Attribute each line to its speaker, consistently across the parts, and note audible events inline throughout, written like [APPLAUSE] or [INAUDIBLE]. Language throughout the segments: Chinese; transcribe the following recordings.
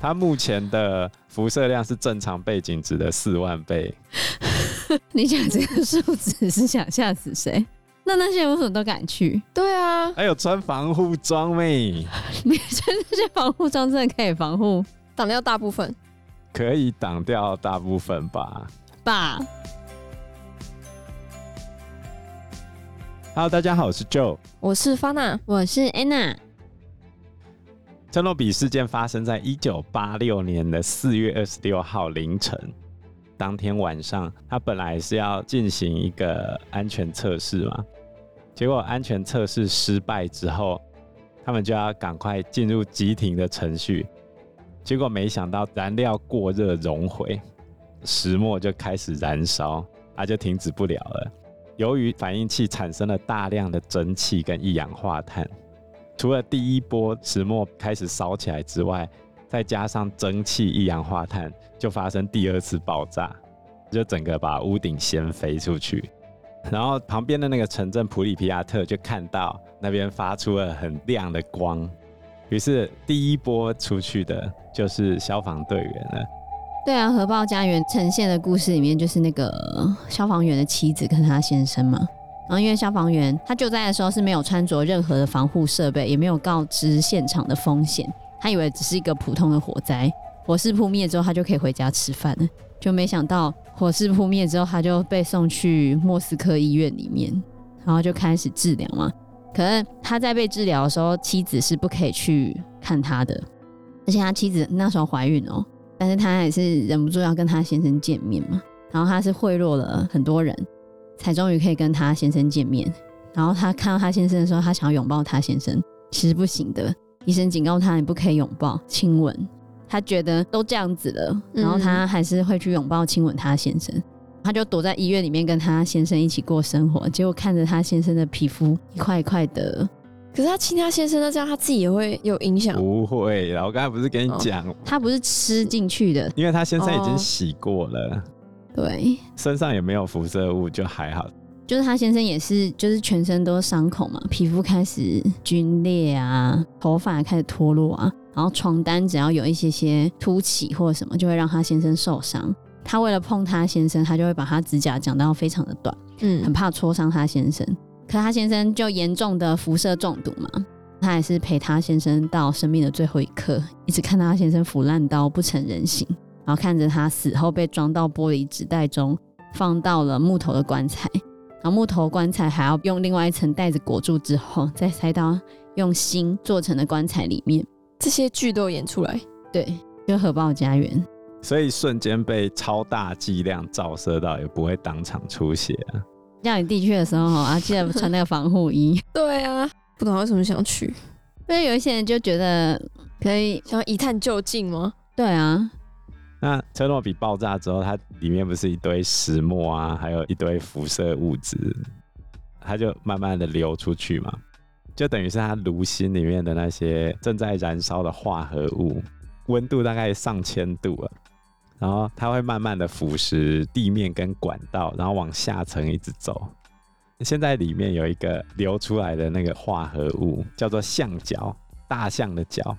Speaker 1: 它目前的辐射量是正常背景值的四万倍。
Speaker 2: 你讲这个数字是想吓死谁？那那些人为什么都敢去？
Speaker 3: 对啊，
Speaker 1: 还有穿防护装妹，
Speaker 2: 你穿这些防护装真的可以防护
Speaker 3: 挡掉大部分。
Speaker 1: 可以挡掉大部分吧。
Speaker 2: 吧？
Speaker 1: Hello，大家好，我是 Joe。
Speaker 3: 我是方娜，
Speaker 2: 我是 Anna，
Speaker 1: 车诺比事件发生在一九八六年的四月二十六号凌晨。当天晚上，他本来是要进行一个安全测试嘛，结果安全测试失败之后，他们就要赶快进入急停的程序。结果没想到燃料过热熔毁，石墨就开始燃烧，它就停止不了了。由于反应器产生了大量的蒸汽跟一氧化碳，除了第一波石墨开始烧起来之外，再加上蒸汽、一氧化碳，就发生第二次爆炸，就整个把屋顶掀飞出去。然后旁边的那个城镇普里皮亚特就看到那边发出了很亮的光，于是第一波出去的就是消防队员了。
Speaker 2: 对啊，核爆家园呈现的故事里面，就是那个消防员的妻子跟他先生嘛。然后因为消防员他救灾的时候是没有穿着任何的防护设备，也没有告知现场的风险，他以为只是一个普通的火灾，火势扑灭之后他就可以回家吃饭了，就没想到火势扑灭之后他就被送去莫斯科医院里面，然后就开始治疗嘛。可是他在被治疗的时候，妻子是不可以去看他的，而且他妻子那时候怀孕哦、但是他还是忍不住要跟他先生见面嘛。然后他是贿赂了很多人，才终于可以跟他先生见面。然后他看到他先生的时候，他想要拥抱他先生，其实不行的。医生警告他，你不可以拥抱、亲吻。他觉得都这样子了，
Speaker 3: 嗯
Speaker 2: 然后他还是会去拥抱、亲吻他先生。他就躲在医院里面跟他先生一起过生活，结果看着他先生的皮肤一块一块的
Speaker 3: 可是他亲他先生，那这样他自己也会有影响。
Speaker 1: 不会啦，我刚才不是跟你讲，
Speaker 2: 他不是吃进去的，
Speaker 1: 因为他先生已
Speaker 3: 哦
Speaker 1: 经洗过了，
Speaker 2: 对，
Speaker 1: 身上也没有辐射物，就还好。
Speaker 2: 就是他先生也是，就是全身都是伤口嘛，皮肤开始皲裂啊，头发开始脱落啊，然后床单只要有一些些凸起或者什么，就会让他先生受伤。他为了碰他先生，他就会把他指甲讲到非常的短，很
Speaker 3: 嗯，
Speaker 2: 怕戳伤他先生。可他先生就严重的辐射中毒嘛，他还是陪他先生到生命的最后一刻，一直看到他先生腐烂到不成人形，然后看着他死后被装到玻璃纸袋中，放到了木头的棺材，然后木头棺材还要用另外一层袋子裹住之后，再塞到用锌做成的棺材里面。
Speaker 3: 这些剧都有演出来。
Speaker 2: 对，就核爆家园。
Speaker 1: 所以瞬间被超大剂量照射到，也不会当场出血啊、
Speaker 2: 叫你弟去的时候哦，啊，记得穿那个防护衣， [LAUGHS]
Speaker 3: 对啊，不懂为什么想去，
Speaker 2: 因为有一些人就觉得可以，
Speaker 3: 想要一探究竟吗？
Speaker 2: 对啊，
Speaker 1: 那车诺比爆炸之后，它里面不是一堆石墨啊，还有一堆辐射物质，它就慢慢的流出去嘛，就等于是它炉心里面的那些正在燃烧的化合物，温度大概上千度了，然后它会慢慢的腐蚀地面跟管道，然后往下层一直走。现在里面有一个流出来的那个化合物，叫做橡胶，大象的脚。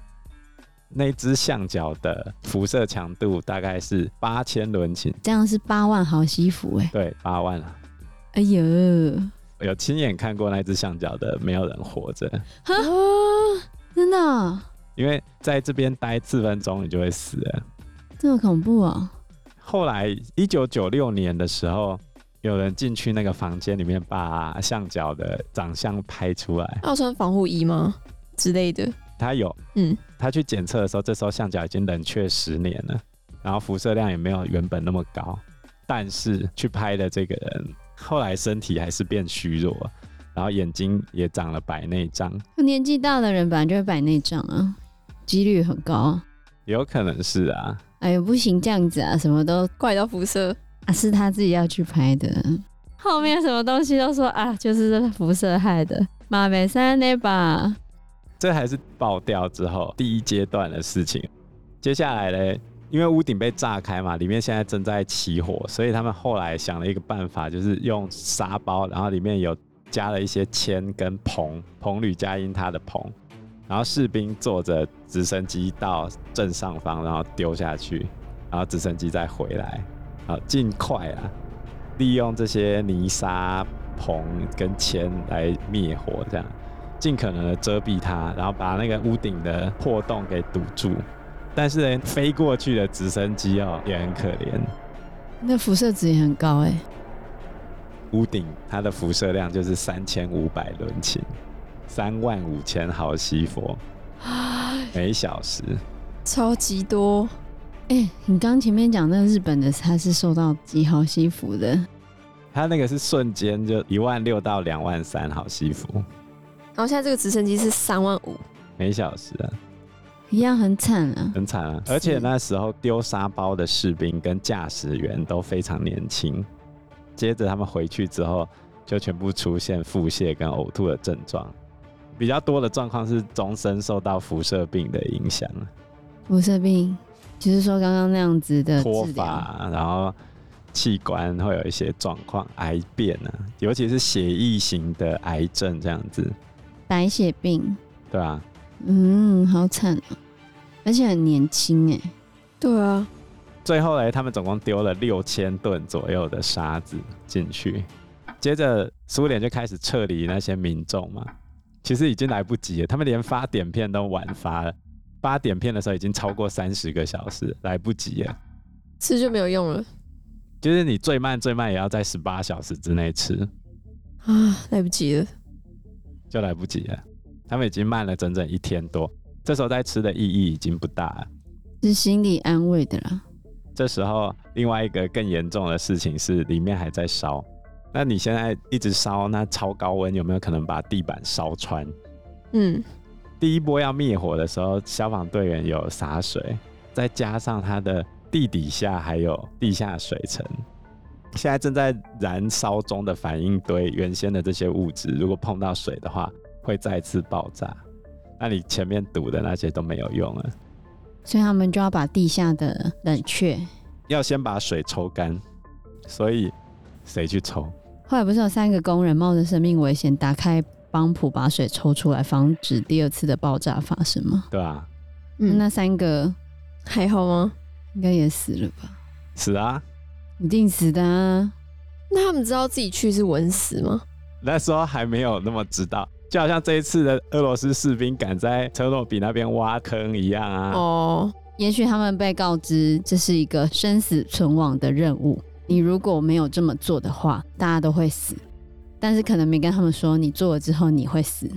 Speaker 1: 那只象脚的辐射强度大概是八千伦琴，
Speaker 2: 这样是八万毫西弗哎、
Speaker 1: 对，八万啊。
Speaker 2: 哎呦，
Speaker 1: 有亲眼看过那只象脚的，没有人活着，
Speaker 2: 啊，真的哦、
Speaker 1: 因为在这边待四分钟你就会死了。
Speaker 2: 这么恐怖哦、
Speaker 1: 后来一九九六年的时候，有人进去那个房间里面，把象脚的长相拍出来，
Speaker 3: 要穿防护衣吗之类的？
Speaker 1: 他有，
Speaker 3: 嗯，
Speaker 1: 他去检测的时候，这时候象脚已经冷却十年了，然后辐射量也没有原本那么高，但是去拍的这个人后来身体还是变虚弱，然后眼睛也长了白内障，
Speaker 2: 年纪大的人本来就会摆内障啊，几率很高啊。
Speaker 1: 有可能是啊，
Speaker 2: 哎呦，不行这样子啊，什么都
Speaker 3: 怪到辐射，
Speaker 2: 啊是他自己要去拍的，后面什么东西都说啊，就是这个辐射害的。马北山那把，
Speaker 1: 这还是爆掉之后第一阶段的事情。接下来嘞，因为屋顶被炸开嘛，里面现在正在起火，所以他们后来想了一个办法，就是用沙包，然后里面有加了一些铅跟硼，硼铝加英它的硼，然后士兵坐着直升机到正上方，然后丢下去，然后直升机再回来，好，尽快啊，利用这些泥沙、棚跟铅来灭火，这样尽可能的遮蔽它，然后把那个屋顶的破洞给堵住。但是呢，飞过去的直升机哦也很可怜，
Speaker 2: 那辐射值也很高哎、
Speaker 1: 屋顶它的辐射量就是三千五百伦琴，三万五千毫西弗每小时。
Speaker 3: 超级多，
Speaker 2: 哎、你刚前面讲那个日本的，它是受到几毫西弗的，
Speaker 1: 它那个是瞬间就一万六到两万三毫西弗
Speaker 3: 然后现在这个直升机是三万五，
Speaker 1: 每小时啊，
Speaker 2: 一样很惨啊。
Speaker 1: 很惨啊！
Speaker 2: 是
Speaker 1: 而且那时候丢沙包的士兵跟驾驶员都非常年轻。接着他们回去之后，就全部出现腹泻跟呕吐的症状。比较多的状况是终身受到辐射病的影响，
Speaker 2: 辐射病就是说刚刚那样子的
Speaker 1: 脱
Speaker 2: 呃治疗，
Speaker 1: 发，啊然后器官会有一些状况，癌变啊，尤其是血液型的癌症这样子，
Speaker 2: 白血病，
Speaker 1: 对吧、
Speaker 2: 嗯，好惨啊，而且很年轻哎、
Speaker 3: 对啊，
Speaker 1: 最后呢，他们总共丢了六千吨左右的沙子进去，接着苏联就开始撤离那些民众嘛。其实已经来不及了，他们连发点片都晚发了，发点片的时候已经超过三十个小时，来不及了。
Speaker 3: 吃就没有用了
Speaker 1: 就是你最慢最慢也要在十八小时之内吃，
Speaker 3: 啊，来不及了，
Speaker 1: 就来不及了。他们已经慢了整整一天多，这时候再吃的意义已经不大了。
Speaker 2: 是心理安慰的啦。
Speaker 1: 这时候，另外一个更严重的事情是，里面还在烧。那你现在一直烧，那超高温有没有可能把地板烧穿？
Speaker 3: 嗯，
Speaker 1: 第一波要灭火的时候，消防队员有洒水，再加上它的地底下还有地下水层。现在正在燃烧中的反应堆原先的这些物质，如果碰到水的话，会再次爆炸。那你前面堵的那些都没有用了，
Speaker 2: 所以他们就要把地下的冷却。
Speaker 1: 要先把水抽干。所以谁去抽？
Speaker 2: 后来不是有三个工人冒着生命危险打开帮浦，把水抽出来，防止第二次的爆炸发生吗？
Speaker 1: 对吧、
Speaker 3: 嗯
Speaker 2: 那三个
Speaker 3: 还好吗？
Speaker 2: 应该也死了吧？
Speaker 1: 是啊，
Speaker 2: 一定死的啊！
Speaker 3: 那他们知道自己去是稳死吗？
Speaker 1: 那时候还没有那么知道，就好像这一次的俄罗斯士兵赶在车诺比那边挖坑一样啊。
Speaker 3: 哦，
Speaker 2: 也许他们被告知这是一个生死存亡的任务，你如果没有这么做的话，大家都会死。但是可能没跟他们说，你做了之后你会死，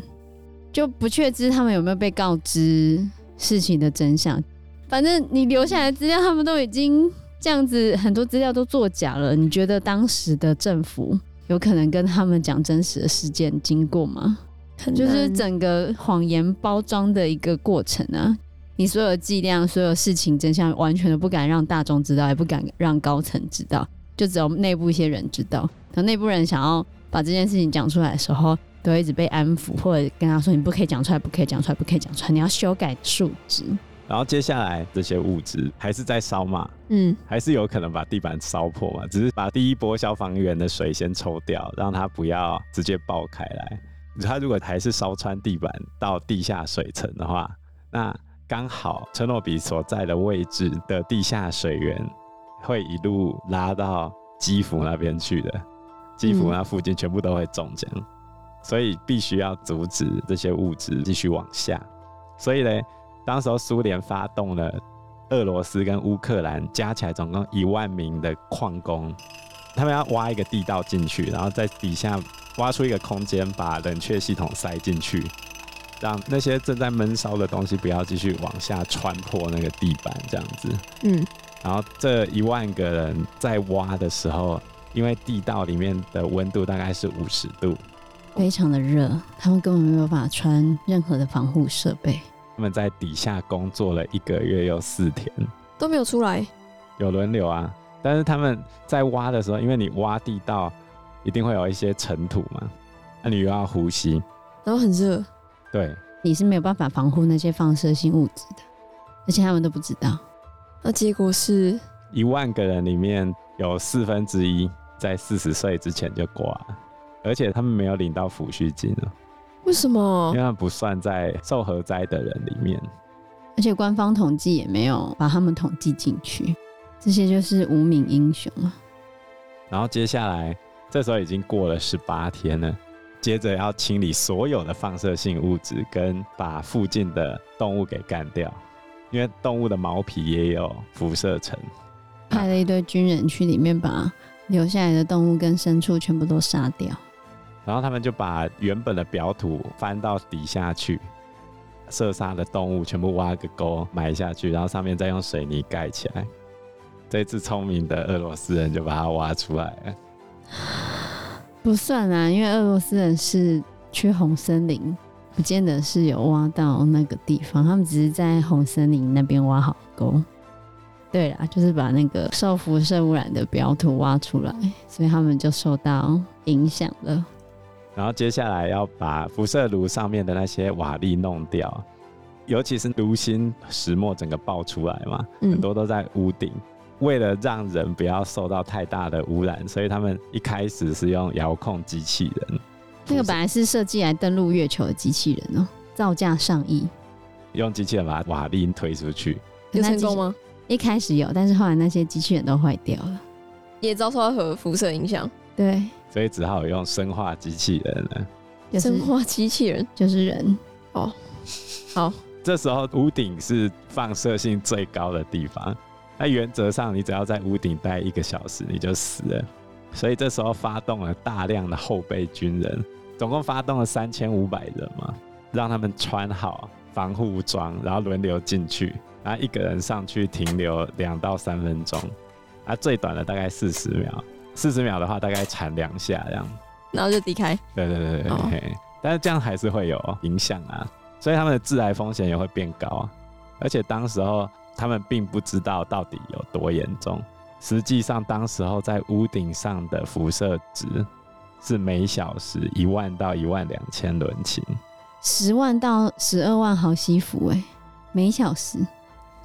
Speaker 2: 就不确知他们有没有被告知事情的真相。反正你留下来的资料，他们都已经这样子，很多资料都作假了。你觉得当时的政府有可能跟他们讲真实的事件经过吗？
Speaker 3: 很
Speaker 2: 就是
Speaker 3: 难
Speaker 2: 整个谎言包装的一个过程啊。你所有的剂量、所有事情真相，完全都不敢让大众知道，也不敢让高层知道，就只有内部一些人知道。然后内部人想要把这件事情讲出来的时候，都会一直被安抚，或者跟他说：“你不可以讲出来，不可以讲出来，不可以讲出来，你要修改数值。
Speaker 1: 然后接下来这些物质还是在烧嘛，
Speaker 3: 嗯，
Speaker 1: 还是有可能把地板烧破嘛，只是把第一波消防员的水先抽掉，让它不要直接爆开来。它如果还是烧穿地板到地下水层的话，那刚好车诺比所在的位置的地下水源会一路拉到基辅那边去的，基辅那附近全部都会中奖，所以必须要阻止这些物质继续往下。所以呢，当时候苏联发动了俄罗斯跟乌克兰加起来总共一万名的矿工，他们要挖一个地道进去，然后在底下挖出一个空间，把冷却系统塞进去，让那些正在闷烧的东西不要继续往下穿破那个地板，这样子。
Speaker 3: 嗯，
Speaker 1: 然后这一万个人在挖的时候，因为地道里面的温度大概是五十度，”
Speaker 2: 非常的热，他们根本没有办法穿任何的防护设备。
Speaker 1: 他们在底下工作了一个月又四天，
Speaker 3: 都没有出来，
Speaker 1: 有轮流啊。但是他们在挖的时候，因为你挖地道，一定会有一些尘土嘛，那你又要呼吸，
Speaker 3: 然后很热，
Speaker 1: 对，
Speaker 2: 你是没有办法防护那些放射性物质的，而且他们都不知道。
Speaker 3: 那结果是
Speaker 1: 一万个人里面有四分之一在四十岁之前就挂了，而且他们没有领到抚恤金哦，
Speaker 3: 为什么
Speaker 1: 因为？他们不算在受核灾的人里面。
Speaker 2: 而且官方统计也没有把他们统计进去，这些就是无名英雄啊。
Speaker 1: 然后接下来，这时候已经过了十八天了，接着要清理所有的放射性物质，跟把附近的动物给干掉，因为动物的毛皮也有辐射层。
Speaker 2: 派了一堆军人去里面把留下来的动物跟牲畜全部都杀掉。
Speaker 1: 然后他们就把原本的表土翻到底下去，射杀的动物全部挖个沟埋下去，然后上面再用水泥盖起来。这次聪明的俄罗斯人就把它挖出来了。
Speaker 2: 不算啦，因为俄罗斯人是去红森林，不见得是有挖到那个地方，他们只是在红森林那边挖好沟。对啦，就是把那个受辐射污染的表土挖出来，所以他们就受到影响了。
Speaker 1: 然后接下来要把辐射炉上面的那些瓦砾弄掉，尤其是炉心石墨整个爆出来嘛，
Speaker 3: 嗯
Speaker 1: 很多都在屋顶。为了让人不要受到太大的污染，所以他们一开始是用遥控机器人，
Speaker 2: 那个本来是设计来登陆月球的机器人哦、造价上亿。
Speaker 1: 用机器人把瓦砾推出去。
Speaker 2: [LAUGHS]
Speaker 3: 有
Speaker 2: 那
Speaker 3: 成
Speaker 2: 机
Speaker 3: 功吗？
Speaker 2: 一开始有，但是后来那些机器人都坏掉了。
Speaker 3: 也遭受到核辐射影响，
Speaker 2: 对，
Speaker 1: 所以只好用生化机器人了。
Speaker 2: 就是
Speaker 3: 生化机器人。 [LAUGHS]
Speaker 2: 就是人，
Speaker 1: 这时候屋顶是放射性最高的地方，那原则上你只要在屋顶待一个小时你就死了，所以这时候发动了大量的后备军人，总共发动了三千五百人嘛，让他们穿好防护装，然后轮流进去，然后一个人上去停留两到三分钟，啊，最短的大概四十秒，四十秒的话大概铲两下这样。
Speaker 3: 然后就离开， [LAUGHS]
Speaker 1: 对对对对，
Speaker 3: 哦
Speaker 1: 嘿但是这样还是会有影响啊，所以他们的致癌风险也会变高啊。而且当时候他们并不知道到底有多严重，实际上当时候在屋顶上的辐射值是每小时一万到一万两千伦琴，
Speaker 2: 十万到十二万毫西弗，哎，每小时，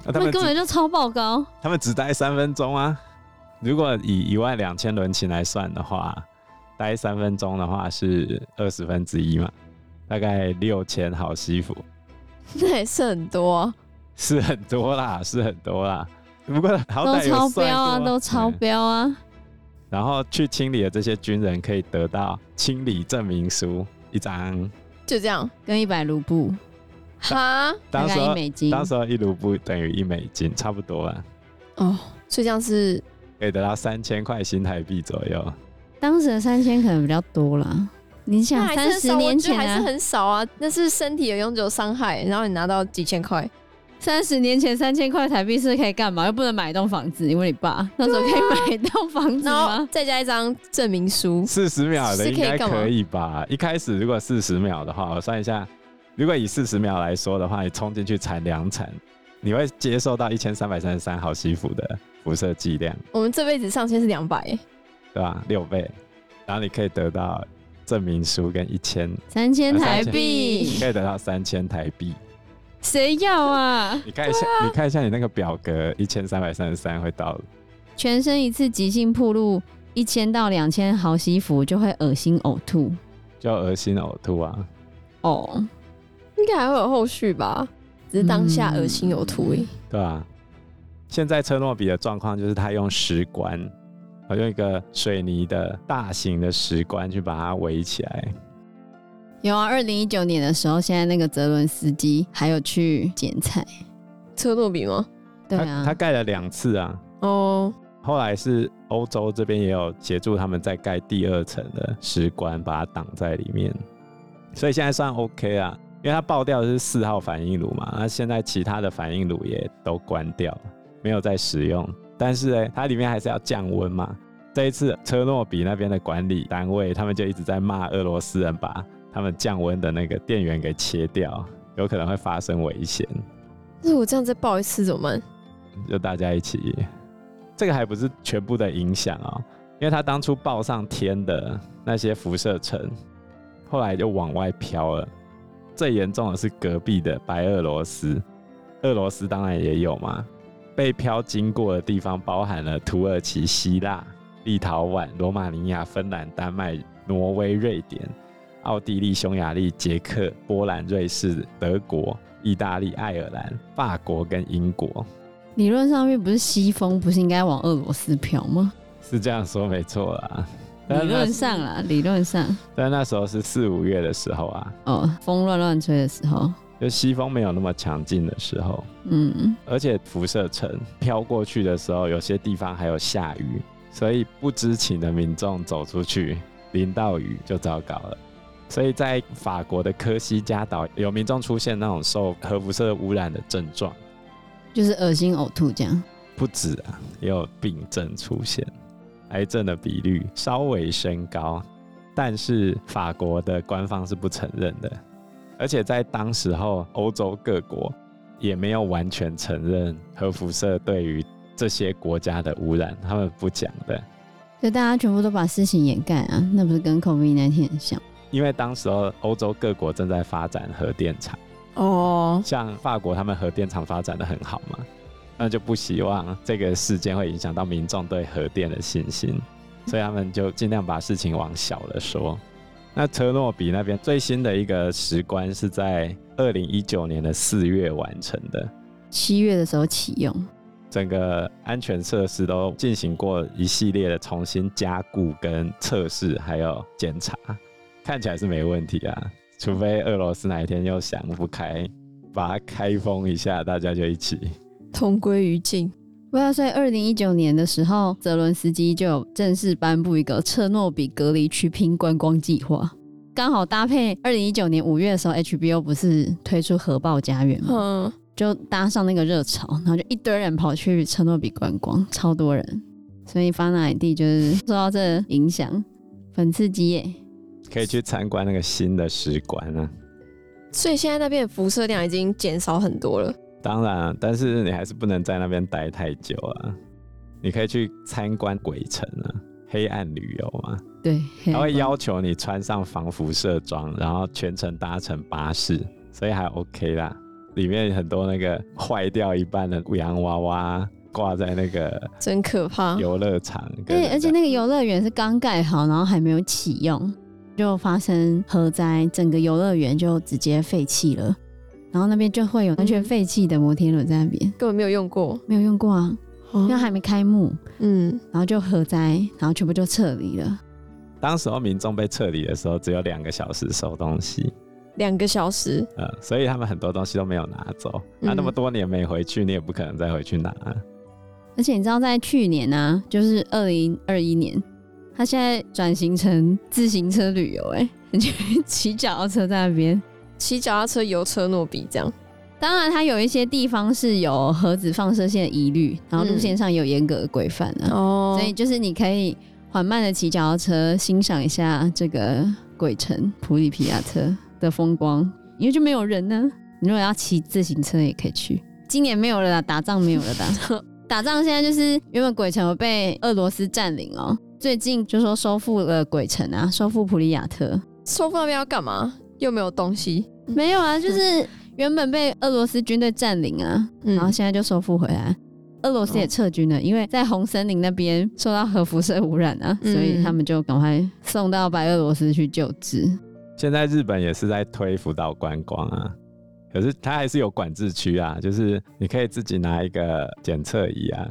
Speaker 1: 啊、他
Speaker 2: 那
Speaker 1: 们
Speaker 2: 根
Speaker 1: 只
Speaker 2: 本就超爆高。
Speaker 1: 他们只待三分钟啊。如果以一万两千伦琴来算的话，待三分钟的话是二十分之一嘛，大概六千毫西弗。
Speaker 3: 那也是很多啊、
Speaker 1: 是很多啦，是很多啦。不过好
Speaker 2: 都
Speaker 1: 歹有
Speaker 2: 超
Speaker 1: 算
Speaker 2: 标啊，
Speaker 1: 过
Speaker 2: 都超
Speaker 1: 嗯
Speaker 2: 标啊！
Speaker 1: 然后去清理的这些军人可以得到清理证明书一张。
Speaker 3: 就这样。
Speaker 2: 跟一百卢布，
Speaker 3: 哈，
Speaker 2: 大
Speaker 1: 当时
Speaker 2: 概一
Speaker 1: 候
Speaker 2: 美金，
Speaker 1: 当时候一卢布等于一美金，差不多啦，
Speaker 3: 哦，所以这样是
Speaker 1: 可以得到三千块新台币左右。
Speaker 2: 当时的三千可能比较多啦。你
Speaker 3: 那
Speaker 2: 想
Speaker 3: 还
Speaker 2: 三
Speaker 3: 是很
Speaker 2: 十
Speaker 3: 少，我
Speaker 2: 年
Speaker 3: 觉
Speaker 2: 前
Speaker 3: 得还是
Speaker 2: 啊，
Speaker 3: 很少啊。那是身体有永久伤害，然后你拿到几千块，
Speaker 2: 三十年前三千块台币是可以干嘛？又不能买一栋房子，因为你爸那时候可以买一栋房子
Speaker 3: 啊
Speaker 2: 啊
Speaker 3: 然后
Speaker 2: 吗？
Speaker 3: 再加一张证明书，
Speaker 1: 四十秒的
Speaker 3: 是
Speaker 1: 应
Speaker 3: 可以
Speaker 1: 该
Speaker 3: 干嘛
Speaker 1: 可以吧？一开始如果四十秒的话，我算一下，如果以四十秒来说的话，你冲进去铲两铲，你会接受到一千三百三十三毫西弗的辐射剂量。
Speaker 3: 我们这辈子上限是两百，
Speaker 1: 对吧？六倍，然后你可以得到证明书跟一啊千，
Speaker 2: 三千台
Speaker 1: 3000
Speaker 2: 币，
Speaker 1: 可以得到三千台币。
Speaker 2: 谁要啊？
Speaker 1: 你看一下，你看一下你那个表格，一千三百三十三会到
Speaker 2: 全身一次急性暴露一千到两千毫西弗就会恶心呕吐
Speaker 1: 就恶心呕吐啊！
Speaker 2: 哦，
Speaker 3: 应该还会有后续吧？只是当下恶心呕吐而已。
Speaker 2: 嗯
Speaker 1: 对吧、现在车诺比的状况就是他用石棺，我用一个水泥的大型的石棺去把它围起来。
Speaker 2: 有啊，二零一九年的时候，现在那个泽伦斯基还有去剪彩，
Speaker 3: 车诺比吗？
Speaker 2: 对
Speaker 1: 他
Speaker 2: 啊
Speaker 1: 他，盖了两次啊。
Speaker 3: 哦，
Speaker 1: 后来是欧洲这边也有协助他们在盖第二层的石棺，把它挡在里面，所以现在算 OK 啊，因为它爆掉的是四号反应炉嘛，那现在其他的反应炉也都关掉了，没有在使用，但是呢，它里面还是要降温嘛。这一次车诺比那边的管理单位，他们就一直在骂俄罗斯人把他们降温的那个电源给切掉，有可能会发生危险。
Speaker 3: 那我这样再报一次怎么办？
Speaker 1: 就大家一起。这个还不是全部的影响哦，因为他当初报上天的那些辐射层，后来就往外飘了。最严重的是隔壁的白俄罗斯，俄罗斯当然也有嘛。被飘经过的地方包含了土耳其、希腊、立陶宛、罗马尼亚、芬兰、丹麦、挪威、瑞典、奥地利、匈牙利、捷克、波兰、瑞士、德国、意大利、爱尔兰、法国跟英国，
Speaker 2: 理论上面不是西风，不是应该往俄罗斯飘吗？
Speaker 1: 是这样说没错啦。但
Speaker 2: 理
Speaker 1: 那
Speaker 2: 论上啦，理论上，
Speaker 1: 但那时候是四五月的时候啊，
Speaker 2: 哦，风乱乱吹的时候，
Speaker 1: 就西风没有那么强劲的时候，
Speaker 2: 嗯，
Speaker 1: 而且辐射层飘过去的时候，有些地方还有下雨，所以不知情的民众走出去淋到雨就糟糕了。所以在法国的科西嘉岛，有民众出现那种受核辐射污染的症状，
Speaker 2: 就是恶心呕吐这样。
Speaker 1: 不止啊，也有病症出现，癌症的比率稍微升高，但是法国的官方是不承认的，而且在当时候欧洲各国也没有完全承认核辐射对于这些国家的污染，他们不讲的，
Speaker 2: 所以大家全部都把事情掩盖啊，那不是跟 COVID 那天很像？
Speaker 1: 因为当时候欧洲各国正在发展核电厂。
Speaker 3: 哦，
Speaker 1: 像法国他们核电厂发展的很好嘛，那就不希望这个事件会影响到民众对核电的信心，所以他们就尽量把事情往小了说。那车诺比那边最新的一个石棺是在二零一九年的四月完成的，
Speaker 2: 七月的时候启用，
Speaker 1: 整个安全设施都进行过一系列的重新加固跟测试，还有检查，看起来是没问题啊。除非俄罗斯哪一天又想不开，把它开封一下，大家就一起。 [LAUGHS]
Speaker 3: 同归于尽。
Speaker 2: 不知道，所以二零一九年的时候，泽伦斯基就有正式颁布一个切诺比隔离区拼观光计划，刚好搭配二零一九年五月的时候，HBO 不是推出核爆家园吗？
Speaker 3: 嗯，
Speaker 2: 就搭上那个热潮，然后就一堆人跑去切诺比观光，超多人。所以发那地就是受到这影响，粉刺激耶。
Speaker 1: 可以去参观那个新的石棺啊。
Speaker 3: 所以现在那边的辐射量已经减少很多了。
Speaker 1: 当然啊，但是你还是不能在那边待太久啊。你可以去参观鬼城啊，黑暗旅游啊嘛。
Speaker 2: 对，
Speaker 1: 他会要求你穿上防辐射装，然后全程搭乘巴士，所以还 OK 啦。里面很多那个坏掉一半的洋娃娃挂在那个
Speaker 3: 真可怕！
Speaker 1: 游乐场跟
Speaker 2: 哦对，
Speaker 1: 个，
Speaker 2: 而且那个游乐园是刚盖好，然后还没有启用，就发生核灾，整个游乐园就直接废弃了。然后那边就会有完全废弃的摩天轮在那边，
Speaker 3: 根本没有用过，
Speaker 2: 没有用过啊，
Speaker 3: 哦
Speaker 2: 因为还没开幕，
Speaker 3: 嗯，
Speaker 2: 然后就核灾，然后全部就撤离了。
Speaker 1: 当时候民众被撤离的时候，只有两个小时收东西，
Speaker 3: 两个小时，
Speaker 1: 呃，所以他们很多东西都没有拿走。那、
Speaker 3: 嗯
Speaker 1: 那么多年没回去，你也不可能再回去拿啊、
Speaker 2: 而且你知道，在去年啊，就是二零二一年，他现在转型成自行车旅游、欸，哎， [LAUGHS] 你就骑脚踏车在那边。
Speaker 3: 骑脚踏车游车诺比这样。
Speaker 2: 当然，它有一些地方是有核子放射线的疑虑，然后路线上有严格的规范啊，
Speaker 3: 哦
Speaker 2: 所以就是你可以缓慢的骑脚踏车，欣赏一下这个鬼城普里皮亚特的风光，因为就没有人呢。你如果要骑自行车也可以去。今年没有了啦，打仗没有了 [LAUGHS] 啦，打仗现在就是原本鬼城有被俄罗斯占领哦、最近就说收复了鬼城啊，收复普里亚特，
Speaker 3: 收复那边要干嘛？又没有东西。
Speaker 2: 没有啊，就是原本被俄罗斯军队占领啊，
Speaker 3: 嗯
Speaker 2: 然后现在就收复回来。俄罗斯也撤军了，因为在红森林那边受到核辐射污染啊，
Speaker 3: 嗯
Speaker 2: 所以他们就赶快送到白俄罗斯去救治。
Speaker 1: 现在日本也是在推福岛观光啊，可是它还是有管制区啊，就是你可以自己拿一个检测仪啊，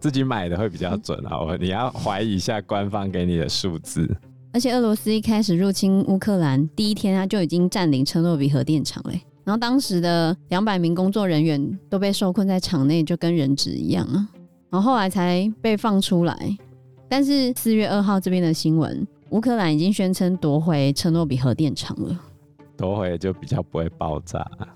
Speaker 1: 自己买的会比较准啊。
Speaker 2: [LAUGHS]
Speaker 1: 我你要怀疑一下官方给你的数字，
Speaker 2: 而且俄罗斯一开始入侵乌克兰第一天，他就已经占领车诺比核电厂嘞、然后当时的两百名工作人员都被受困在场内，就跟人质一样啊。然后后来才被放出来。但是四月二号这边的新闻，乌克兰已经宣称夺回车诺比核电厂了。
Speaker 1: 夺回就比较不会爆炸啊、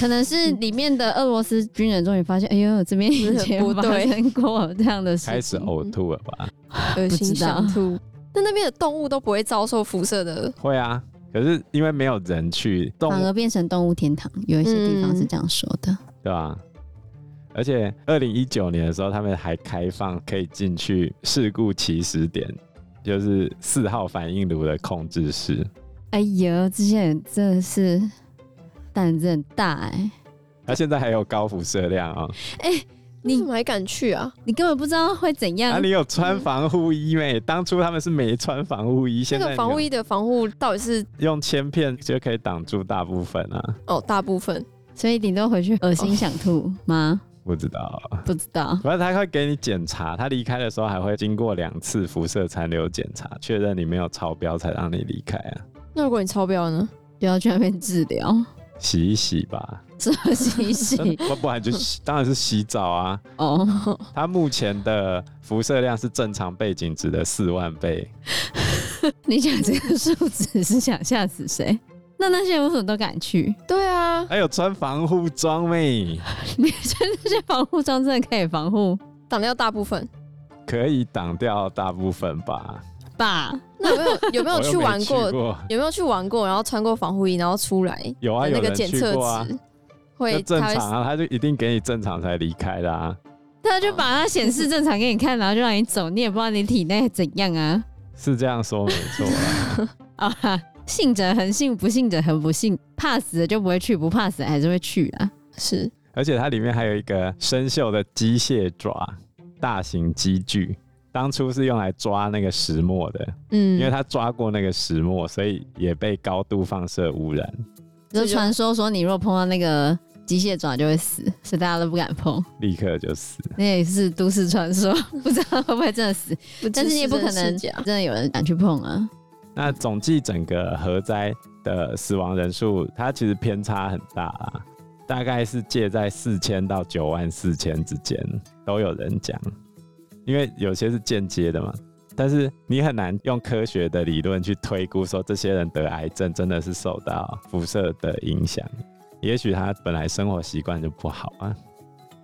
Speaker 2: 可能是里面的俄罗斯军人终于发现，哎呦，这边以前
Speaker 3: 不
Speaker 2: 发
Speaker 3: 对
Speaker 2: 生过这样的事情，
Speaker 1: 开始呕吐了吧？
Speaker 3: 恶
Speaker 2: 不
Speaker 3: 心
Speaker 2: 知道
Speaker 3: 想吐。那那边的动物都不会遭受辐射的，
Speaker 1: 会啊，可是因为没有人去动
Speaker 2: 嗯反
Speaker 1: 物
Speaker 2: 而变成动物天堂。有一些地方是这样说的，
Speaker 1: 对吧？而且二零一九年的时候，他们还开放可以进去事故起始点，就是四号反应炉的控制室。
Speaker 2: 哎呦，这些人真的是胆子很大哎、
Speaker 1: 它现在还有高辐射量啊、
Speaker 2: 哎、
Speaker 3: 你
Speaker 2: 你
Speaker 3: 怎么还敢去啊？
Speaker 2: 你根本不知道会怎样。
Speaker 1: 啊，你有穿防护衣没？当初他们是没穿防护衣，
Speaker 3: 这
Speaker 1: 现在
Speaker 3: 个防护衣的防护到底是
Speaker 1: 你有用铅片就可以挡住大部分啊。
Speaker 3: 哦，大部分
Speaker 2: 所以顶多回去恶心想吐吗？
Speaker 1: 不知道，
Speaker 2: 不知道。
Speaker 1: 反正他会给你检查，他离开的时候还会经过两次辐射残留检查，确认你没有超标才让你离开啊。
Speaker 3: 那如果你超标呢？
Speaker 2: 就要去那边治疗， [LAUGHS]
Speaker 1: 洗一洗吧，
Speaker 3: [LAUGHS]
Speaker 2: 这洗洗
Speaker 1: 不不然就洗，当然是洗澡啊。
Speaker 2: 哦，
Speaker 1: 它目前的辐射量是正常背景值的四万倍，
Speaker 2: 你讲这个数值是想吓死谁？那那些人为什么都敢去？
Speaker 3: 对啊，
Speaker 1: 还有穿防护装妹，
Speaker 2: 你觉得这些防护装真的可以防护
Speaker 3: 挡掉大部分。
Speaker 1: 可以挡掉大部分吧。
Speaker 2: 吧？
Speaker 3: 那有没有有没
Speaker 1: [LAUGHS]
Speaker 3: 有
Speaker 1: 我又
Speaker 3: 去玩过？
Speaker 1: 过
Speaker 3: 有没有去玩过？然后穿过防护衣，然后出来
Speaker 1: 有啊，
Speaker 3: 的
Speaker 1: 有
Speaker 3: 那个
Speaker 1: 人
Speaker 3: 检
Speaker 1: 去
Speaker 3: 测
Speaker 1: 过啊，
Speaker 3: 值
Speaker 1: 就
Speaker 3: 会
Speaker 1: 正
Speaker 3: 它会
Speaker 1: 常啊，他就一定给你正常才离开的啊。
Speaker 2: 他就把它显示正常给你看，然后就让你走，你也不知道你体内怎样啊。
Speaker 1: 是这样说没错啊，
Speaker 2: 啊哈，信者恒信，不信者恒不信。怕死的就不会去，不怕死的还是会去啊。
Speaker 3: 是
Speaker 1: 而且它里面还有一个生锈的机械爪，大型机具，当初是用来抓那个石墨的，
Speaker 3: 嗯，
Speaker 1: 因为他抓过那个石墨，所以也被高度放射污染。
Speaker 2: 就传说说，你如果碰到那个机械爪就会死，所以大家都不敢碰。
Speaker 1: 立刻就死，
Speaker 2: [LAUGHS] 那也是都市传说， [LAUGHS] 不知道会不会真的死，
Speaker 3: 不
Speaker 2: 但
Speaker 3: 知
Speaker 2: 是也不可
Speaker 3: 真
Speaker 2: 能
Speaker 3: 是假
Speaker 2: 真的有人敢去碰啊。
Speaker 1: 那总计整个核灾的死亡人数，它其实偏差很大啦，大概是介在四千到九万四千之间，都有人讲，因为有些是间接的嘛。但是你很难用科学的理论去推估说这些人得癌症真的是受到辐射的影响，也许他本来生活习惯就不好啊。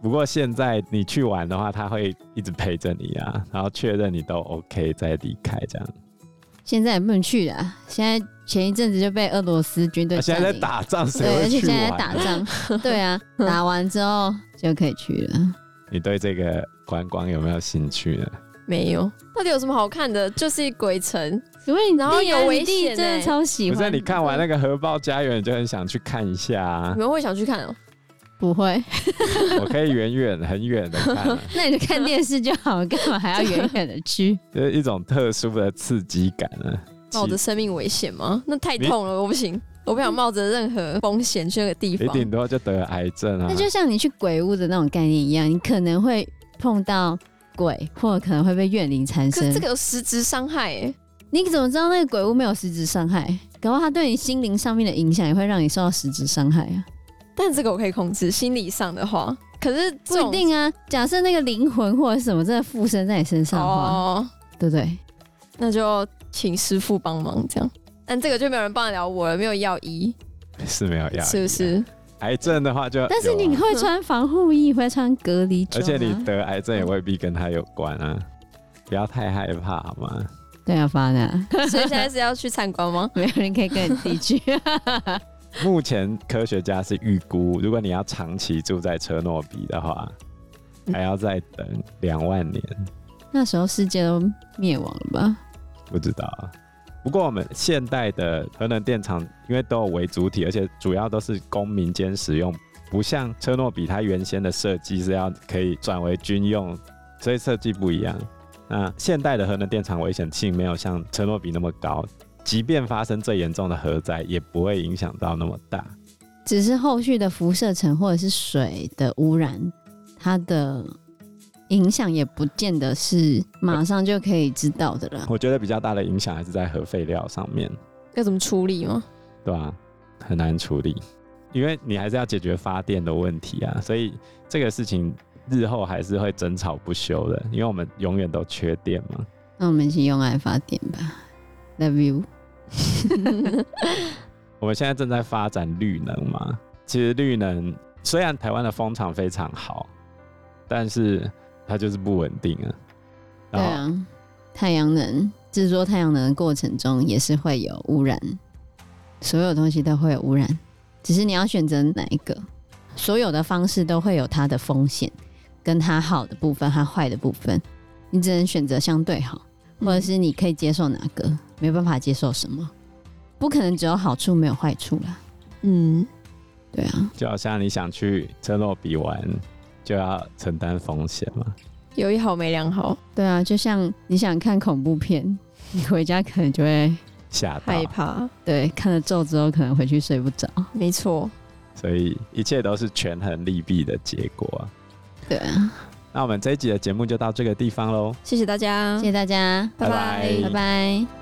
Speaker 1: 不过现在你去玩的话，他会一直陪着你啊，然后确认你都 OK 再离开这样。
Speaker 2: 现在也不能去了啊，现在前一阵子就被俄罗斯军队
Speaker 1: 啊、现
Speaker 2: 占领，
Speaker 1: 在在打仗，谁
Speaker 2: 对，而
Speaker 1: 会
Speaker 2: 且
Speaker 1: 去
Speaker 2: 现在在
Speaker 1: 玩
Speaker 2: 打
Speaker 1: 啊？
Speaker 2: 仗，对啊，打完之后就可以去了。
Speaker 1: 你对这个观光有没有兴趣呢？
Speaker 3: 没有，到底有什么好看的？就是鬼城，
Speaker 2: 因为
Speaker 3: 然后有危
Speaker 2: 弟
Speaker 3: 险
Speaker 2: 真的
Speaker 3: 欸
Speaker 2: 超喜
Speaker 1: 不
Speaker 2: 欢，
Speaker 1: 是你看完那个核爆家园，你就很想去看一下、啊
Speaker 2: [LAUGHS]
Speaker 3: 你。们会想去看哦、
Speaker 2: 不会， [LAUGHS]
Speaker 1: 我可以远远、很远的看啊，
Speaker 2: 那你就看电视就好，干嘛还要远远的
Speaker 1: [LAUGHS]
Speaker 2: 去？
Speaker 1: 就是一种特殊的刺激感啊。
Speaker 3: 冒着
Speaker 1: 其
Speaker 3: 生命危险吗？那太
Speaker 1: 你
Speaker 3: 痛了，我不行，我不想冒着任何风险去那个地
Speaker 1: 你
Speaker 3: 方。
Speaker 1: 顶多就得癌症啊
Speaker 2: 那。就像你去鬼屋的那种概念一样，你可能会碰到鬼，或者可能会被怨灵缠
Speaker 3: 可
Speaker 2: 身。
Speaker 3: 是这个有实质伤害哎、
Speaker 2: 你怎么知道那个鬼屋没有实质伤害？搞不好它对你心灵上面的影响也会让你受到实质伤害啊！
Speaker 3: 但这个我可以控制，心理上的话，可是
Speaker 2: 不
Speaker 3: 这
Speaker 2: 一
Speaker 3: 种
Speaker 2: 定啊。假设那个灵魂或者什么真的附身在你身上的话，
Speaker 3: 哦，
Speaker 2: 对不对？
Speaker 1: 呃
Speaker 3: 那就请师傅帮忙这样。但这个就没有人帮得了我了，没有药医，
Speaker 1: 是没有药，
Speaker 3: 是不？是？
Speaker 1: 癌症的话就有啊，
Speaker 2: 但是你会穿防护衣，会穿隔离
Speaker 1: 而
Speaker 2: 装、啊，
Speaker 1: 且你得癌症也未必跟他有关啊。不要太害怕好吗？
Speaker 2: 对啊，发的，？
Speaker 3: 所以现在是要去参观吗
Speaker 2: [LAUGHS] 没有人可以跟你提去。 [LAUGHS]
Speaker 1: 目前科学家是预估，如果你要长期住在车诺比的话，还要再等两万年。
Speaker 2: 那时候世界都灭亡了吧？
Speaker 1: 不知道啊。不过我们现代的核能电厂，因为都有为主体，而且主要都是供民间使用，不像车诺比它原先的设计是要可以转为军用，所以设计不一样。那现代的核能电厂危险性没有像车诺比那么高，即便发生最严重的核灾，也不会影响到那么大。
Speaker 2: 只是后续的辐射层或者是水的污染，它的影响也不见得是马上就可以知道的了。
Speaker 1: 我觉得比较大的影响还是在核废料上面。
Speaker 3: [LAUGHS] 要怎么处理吗？
Speaker 1: 对啊，很难处理，因为你还是要解决发电的问题啊，所以这个事情日后还是会争吵不休的，因为我们永远都缺电嘛。
Speaker 2: 那我们一起用爱发电吧，Love you。 [LAUGHS]
Speaker 1: 我们现在正在发展绿能嘛，其实绿能虽然台湾的风场非常好，但是它就是不稳定啊。
Speaker 2: 对
Speaker 1: 然后
Speaker 2: 啊，太阳能制作太阳能的过程中也是会有污染，所有东西都会有污染，只是你要选择哪一个。所有的方式都会有它的风险，跟它好的部分，它坏的部分，你只能选择相对好。或者是你可以接受哪个，没办法接受什么，不可能只有好处没有坏处啦。
Speaker 3: 嗯，
Speaker 2: 对啊，
Speaker 1: 就好像你想去车诺比玩，就要承担风险嘛。
Speaker 3: 有一好没两好，
Speaker 2: 对啊，就像你想看恐怖片，你回家可能就会
Speaker 1: 吓到啊
Speaker 3: 害，怕，
Speaker 2: 对看了咒之后，可能回去睡不着。
Speaker 3: 没错，
Speaker 1: 所以一切都是权衡利弊的结果啊。
Speaker 2: 对啊，
Speaker 1: 那我们这一集的节目就到这个地方喽。
Speaker 3: 谢谢大家，
Speaker 2: 谢谢大家，
Speaker 3: 嗯
Speaker 1: 拜拜
Speaker 2: 拜拜。